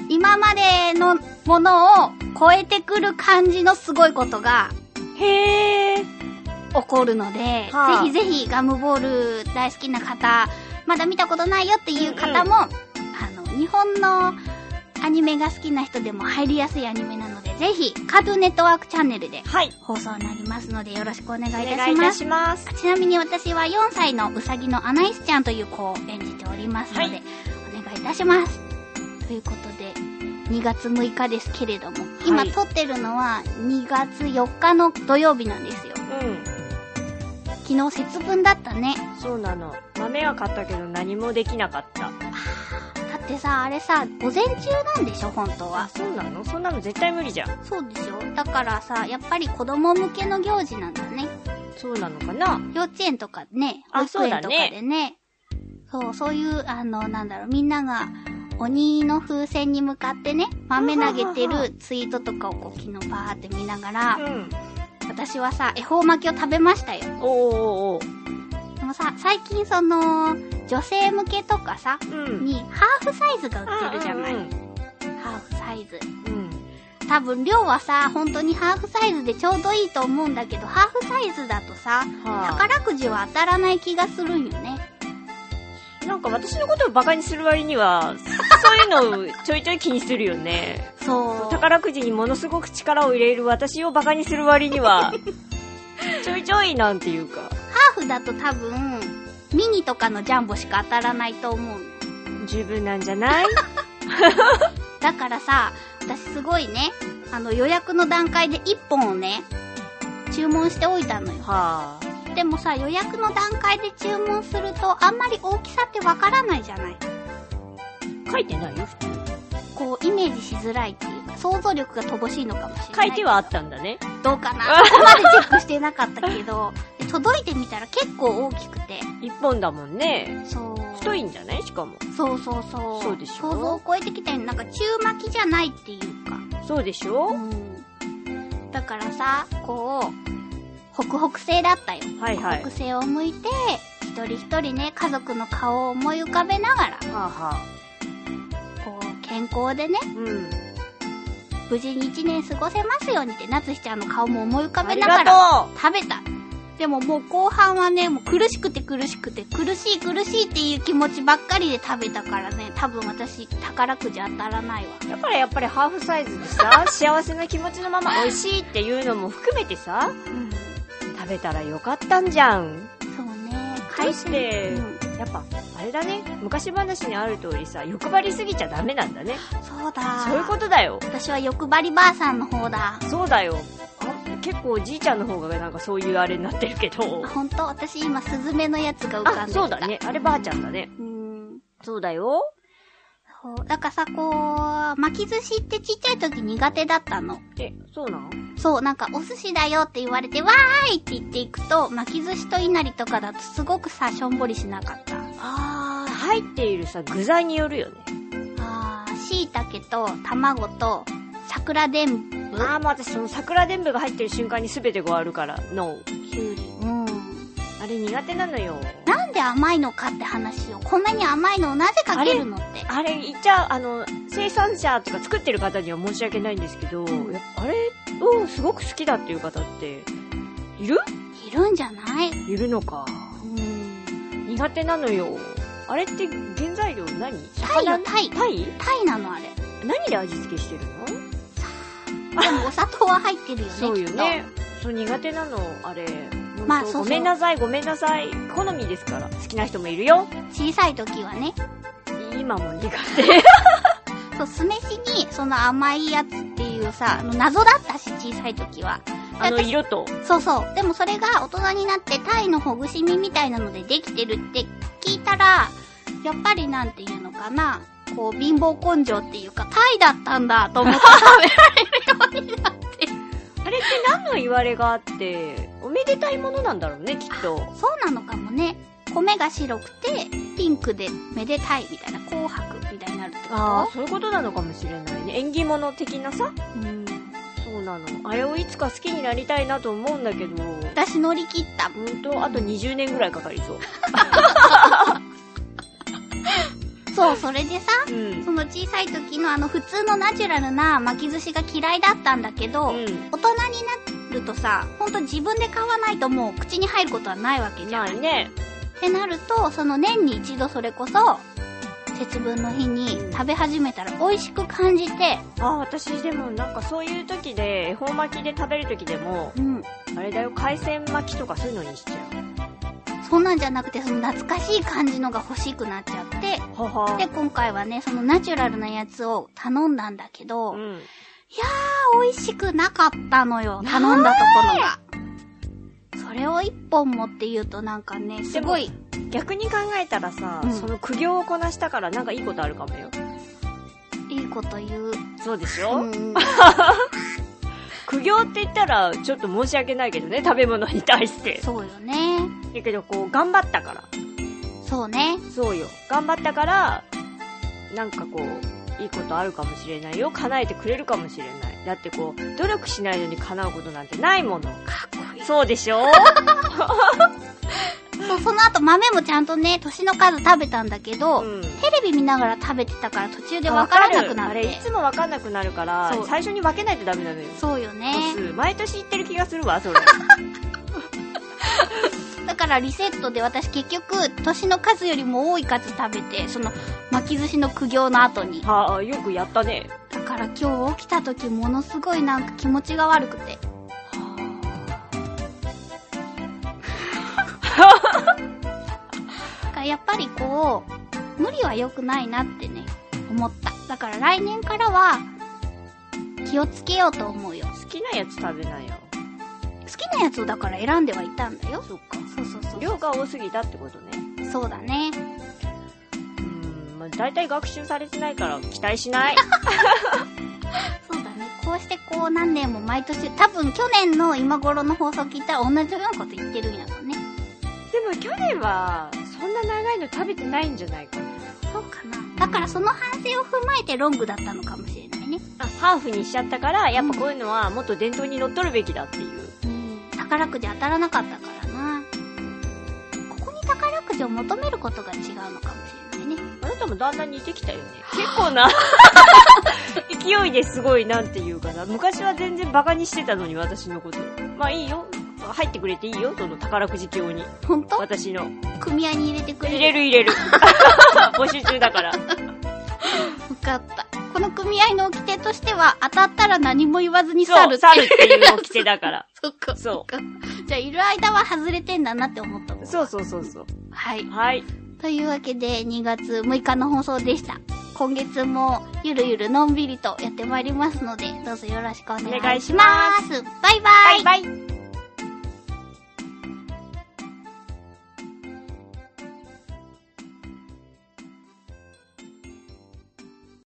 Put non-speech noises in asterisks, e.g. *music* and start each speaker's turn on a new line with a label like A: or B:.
A: 今までのものを超えてくる感じのすごいことが
B: へー。
A: 起こるので、
B: はあ
A: ぜひぜひガムボール大好きな方、まだ見たことないよっていう方も、あの、日本のアニメが好きな人でも入りやすいアニメなので、ぜひ、カートゥーンネットワークチャンネルで
B: はい。
A: 放送になりますので、よろしくお願いいた
B: お
A: し
B: 願いい
A: ま
B: た
A: す。
B: します。
A: ちなみに私は4歳のうさぎのアナイスちゃんという子を演じておりますので、
B: はい
A: お願いいたします。ということで、2月6日ですけれども、今
B: はい
A: 撮ってるのは2月4日の土曜日なんですよ。
B: う
A: 昨日節分だったね。
B: ん。そうなの。豆は買ったけど何もできなかった。
A: だってさ、あれさ、午前中なんでしょ、本当は。
B: そうなのそんなの絶対無理じゃん。
A: そうでしょだからさ、やっぱり子供向けの行事なんだね。
B: そうなのかな
A: 幼稚園とかね、
B: あ
A: 保育園とかでね。そうそう、いう、あの、なんだろう、みんなが、鬼の風船に向かってね、豆投げてるツイートとかをこう、昨日バーって見ながら、
B: ん。
A: 私はさ、恵方巻きを食べましたよ。
B: おーおーおー
A: でもさ、最近その、女性向けとかさ、
B: うん。
A: に、ハーフサイズが売ってるじゃない、
B: うん
A: ハーフサイズ。
B: うん
A: 多分量はさ、本当にハーフサイズでちょうどいいと思うんだけど、ハーフサイズだとさ、
B: うんは
A: 宝くじは当たらない気がするんよね。
B: あ、なんか私のことをバカにする割にはそういうのをちょいちょい気にする
A: *laughs*
B: よね
A: そう。
B: 宝くじにものすごく力を入れる私をバカにする割にはちょいちょいなんていうか
A: ハーフだと多分、ミニとかのジャンボしか当たらないと思う。
B: 十分なんじゃない
A: だからさ、私すごいね、あの予約の段階で1本をね、注文しておいたのよ。
B: はあ
A: でもさ、予約の段階で注文すると、あんまり大きさってわからないじゃない
B: 書いてないよ普通
A: こう、イメージしづらいっていうか、想像力が乏しいのかもしれ
B: 書
A: ない。
B: いてはあったんだね
A: どうか
B: *laughs*
A: なそこまでチェックしてなかったけど、で届いてみたら結構大きくて。
B: 一本だもんね
A: そう。
B: 太いんじゃないしかも
A: そうそうそう。
B: そうでしょ
A: 想像を超えてきたよね。なんか中巻きじゃないっていうか。
B: そうでしょ
A: うん。だからさ、こう、ホクホク性だったよ。
B: はいはい
A: 北西を向いて、一人一人ね、家族の顔を思い浮かべながら、
B: はあはあ
A: こう、健康でね、
B: うん
A: 無事に一年過ごせますようにって、夏日ちゃんの顔も思い浮か
B: あ
A: べ
B: り
A: なが
B: が
A: ら、
B: と
A: 食べた。でももう後半はね、もう苦しくて苦しくて、苦しい苦しいっていう気持ちばっかりで食べたからね、多分私宝くじ当たらないわ。
B: うだからやっぱりハーフサイズでさ幸せな気持ちのまま美味しいっていうのも含めてさ
A: うん。
B: 食べたらよかったんじゃん
A: そうね。
B: どうして
A: うん
B: やっぱあれだね昔話にある通りさ欲張りすぎちゃダメなんだね
A: そうだ。
B: そういうことだよ
A: 私は欲張りばあさんの方だ。
B: そうだよね結構おじいちゃんの方がなんかそういうあれになってるけど
A: あ、本当私今、スズメのやつが浮かんで
B: あ
A: きた。
B: そうだね。あればあちゃんだね
A: うん。
B: そうだよ
A: そう。だからさ、こう、巻き寿司ってちっちゃい時苦手だったの。
B: えそうなん
A: そう、なんか、お寿司だよって言われて、わーいって言っていくと、巻き寿司といなりとかだとすごくさ、しょんぼりしなかった。
B: あー入っているさ具材によるよね
A: あー、椎茸と卵と桜でんぶ、
B: ああもう私その桜でんぶが入ってる瞬間に全てが終わるからノー
A: きゅうり。うん。
B: あれ苦手なのよ
A: なんで甘いのかって話を。こんなに甘いのをなぜかけるのって。
B: あれ言っちゃあの生産者とか作ってる方には申し訳ないんですけど、
A: ん
B: やっぱあれをすごく好きだっていう方っている
A: いるんじゃない
B: いるのか
A: うん。
B: 苦手なのよあれって原材料何
A: タイよ、
B: 魚
A: タイ。
B: タイ
A: タイな
B: *laughs*
A: の、あれ。
B: 何で味付けしてるの
A: でもお砂糖は入ってるよね。
B: そうよ
A: きっと
B: ね。そう苦手なのあれ
A: まあ
B: 本
A: そ
B: 当
A: うそう
B: ごめんなさいごめんなさい好みですから好きな人もいるよ
A: 小さい時はね。
B: 今も
A: *laughs*
B: 苦
A: そう、酢飯に、その甘いやつっていうさ、あの謎だったし、小さい時は。
B: 手あの色と
A: そうそう。でもそれが大人になって、タイのほぐし身みたいなのでできてるって聞いたら、やっぱりなんていうのかな、こう、貧乏根性っていうか、タイだったんだと
B: *laughs*
A: 思って食べられるようになって。
B: あれって何の言われがあっておめでたいものなんだろうねきっと
A: そうなのかもね。米が白くて、ピンクで、めでたいみたいな、紅白みたいになるってこと
B: ああそういうことなのかもしれないね縁起物的なさ
A: うん。
B: そうなのあれをいつか好きになりたいなと思うんだけど
A: 私乗り切った。
B: 本当あと20年ぐらいかかりそう
A: そう、それでさ、
B: うん
A: その小さい時のあの普通のナチュラルな巻き寿司が嫌いだったんだけど、大
B: う
A: 人になるとさ、ほんと自分で買わないともう口に入ることはないわけ
B: ん
A: じゃん。
B: ないね
A: ってなると、その年に一度それこそ、節分の日に食べ始めたら美味しく感じて、
B: ああ私でもなんかそういう時で恵方巻きで食べる時でも
A: うん。
B: あれだよ海鮮巻きとかそういうのにしちゃ
A: そんなんじゃなくて、その懐かしい感じのが欲しくなっちゃって、
B: うはは
A: で、今回はね、そのナチュラルなやつを頼んだんだけど、
B: う
A: いや
B: ん
A: ー、美味しくなかったのよ、頼んだところが。それを一本もって言うとなんかね、すごい、
B: 逆に考えたらさ、
A: うん
B: その苦行をこなしたからなんかいいことあるかもよ
A: いいこと言う。
B: そうでし
A: う
B: ょ、 *laughs*
A: ん。
B: 苦行って言ったらちょっと申し訳ないけどね食べ物に対して
A: そうよね。
B: だけどこう頑張ったから
A: そうね。
B: そうよ頑張ったからなんかこういいことあるかもしれないよ叶えてくれるかもしれないだってこう努力しないのに叶うことなんてないもの
A: かっこいい。
B: そうで
A: *laughs*
B: しょ
A: そう、その後豆もちゃんとね、年の数食べたんだけど、
B: うん
A: テレビ見ながら食べてたから途中でわからなくなっ
B: あれい
A: て。
B: つもわかんなくなるから
A: そう
B: 最初に分けないとダメなのよ
A: そうよね。
B: 度数毎年言ってる気がする
A: *laughs*
B: わそれ
A: だからリセットで私結局、年の数よりも多い数食べて、その、巻き寿司の苦行の後に。
B: はあよくやったね
A: だから今日起きた時ものすごいなんか気持ちが悪く *laughs* て。だからやっぱりこう、無理は良くないなってね、思った。だから来年からは、気をつけようと思うよ。
B: 好きなやつ食べなよ
A: 好きなやつをだから選んではいたんだよ。
B: そっか
A: そうそうそう。
B: 量が多すぎたってことね
A: そうだね。
B: うんまあ大体学習されてないから期待しない
A: そうだね。こうしてこう何年も毎年、多分去年の今頃の放送聞いたら同じようなこと言ってるんやろうね。
B: でも去年はそんな長いの食べてないんじゃないかな
A: そうかな。だからその反省を踏まえてロングだったのかもしれないね。
B: あハーフにしちゃったからやっぱこういうのはもっと伝統にのっとるべきだっていう
A: うん。宝くじ当たらなかったからな。ここに宝くじを求めることが違うのかもしれないね。
B: あなたもだんだん似てきたよね結構な *laughs* 勢いですごいなんていうかな昔は全然バカにしてたのに私のことまあいいよ入ってくれていいよその宝くじ卿に
A: ほんと
B: 私の
A: 組合に入れてくれる
B: 入れる入 *laughs* れる募集中だ *laughs* から
A: 分かった。この組合の掟としては、当たったら何も言わずに去
B: そう
A: るって
B: 猿
A: い
B: っ
A: う。
B: ていう掟だから
A: そっか。
B: そう
A: そっか。じゃあ、いる間は外れてんだなって思ったもん。
B: そうそうそうそう
A: はい。
B: はい
A: というわけで、2月6日の放送でした。今月も、ゆるゆるのんびりとやってまいりますので、どうぞよろしくお願いします。
B: お願いしま
A: バイバイ